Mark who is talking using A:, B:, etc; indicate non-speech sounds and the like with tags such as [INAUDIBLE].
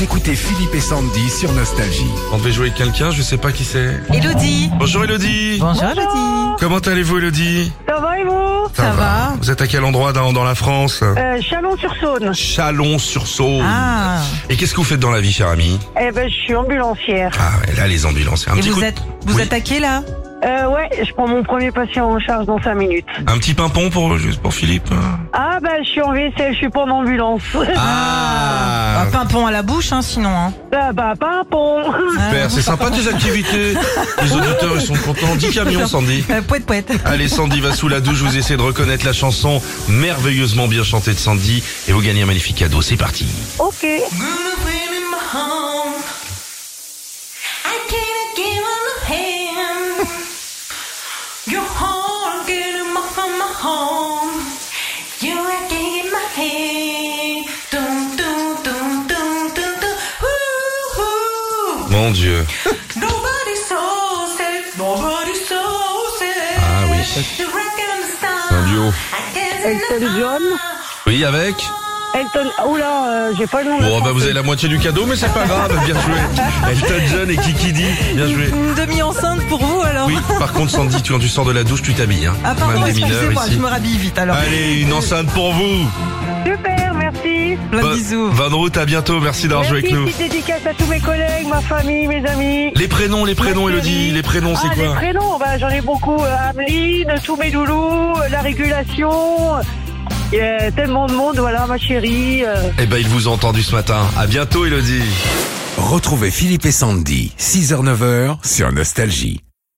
A: écoutez Philippe et Sandy sur Nostalgie.
B: On devait jouer avec quelqu'un, je sais pas qui c'est.
C: Elodie.
B: Bonjour Elodie
C: Bonjour Elodie.
B: Comment allez-vous Elodie
D: Ça va et vous
C: Ça va.
B: Vous êtes à quel endroit dans, dans la France
D: euh, Chalon-sur-Saône.
B: Chalon-sur-Saône.
C: Ah.
B: Et qu'est-ce que vous faites dans la vie, cher ami
D: Eh ben, je suis ambulancière.
B: Ah, et là, les ambulances. Un
C: Et
B: petit
C: vous
B: coup de-
C: êtes vous
B: Oui.
C: attaquez là
D: Euh, ouais, je prends mon premier patient en charge dans 5 minutes.
B: Un petit pimpon pour, juste pour Philippe
D: Ah ben, je suis en vaisselle, je suis pas en ambulance.
C: Ah.
B: Ah.
D: [LAUGHS]
C: Un pimpon à la bouche hein, sinon hein.
D: bah, bah, pas un pont.
B: [LAUGHS] Super, c'est sympa tes activités. Les auditeurs, ils sont contents. 10 camions, Sandy.
C: [LAUGHS] Euh, Pouette pouette.
B: Allez, Sandy va sous la douche. Vous essayez de reconnaître la chanson merveilleusement bien chantée de Sandy. Et vous gagnez un magnifique cadeau. C'est parti.
D: ok.
E: gonna bring him home. I can't give him a hand. You're home, get him off of my home. You are getting my hand. Dum, dum, dum, dum, dum, dum. Ooh, ooh.
B: Mon Dieu.
E: Nobody so safe, nobody so safe.
B: Ah oui.
E: The record on the star.
B: Un duo.
E: I guess in the
D: Elton John.
B: Oui, avec
D: Elton, oula, euh, j'ai pas le nom. de la
B: Bon, bah vous
D: chanteuse.
B: avez la moitié du cadeau, mais c'est pas grave. Bien joué. Elton John et Kiki D. Bien joué.
C: Une demi-enceinte pour vous alors.
B: Oui, par contre, Sandy, tu- quand tu sors de la douche, tu t'habilles. Hein.
C: Ah pardon,
B: Même des mineurs
C: excusez-moi, je
B: ici.
C: me rhabille vite alors.
B: Allez, une enceinte pour vous.
D: Super, merci.
C: Plein de
B: Bonne-
C: bisous.
B: Bonne route, à bientôt. Merci d'avoir joué
D: merci,
B: avec nous.
D: petite dédicace à tous mes collègues, ma famille, mes amis.
B: Les prénoms, les prénoms,
D: Ma chérie.
B: Elodie. Les prénoms, c'est
D: ah, Les
B: quoi
D: prénoms, bah, j'en ai beaucoup. Euh, Ameline, tous mes loulous, euh, la régulation. euh, Il y a tellement de monde, voilà, ma chérie. euh,
B: Eh ben, il vous a entendu ce matin. À bientôt, Elodie.
A: Retrouvez Philippe et Sandy, 6h-9h sur Nostalgie.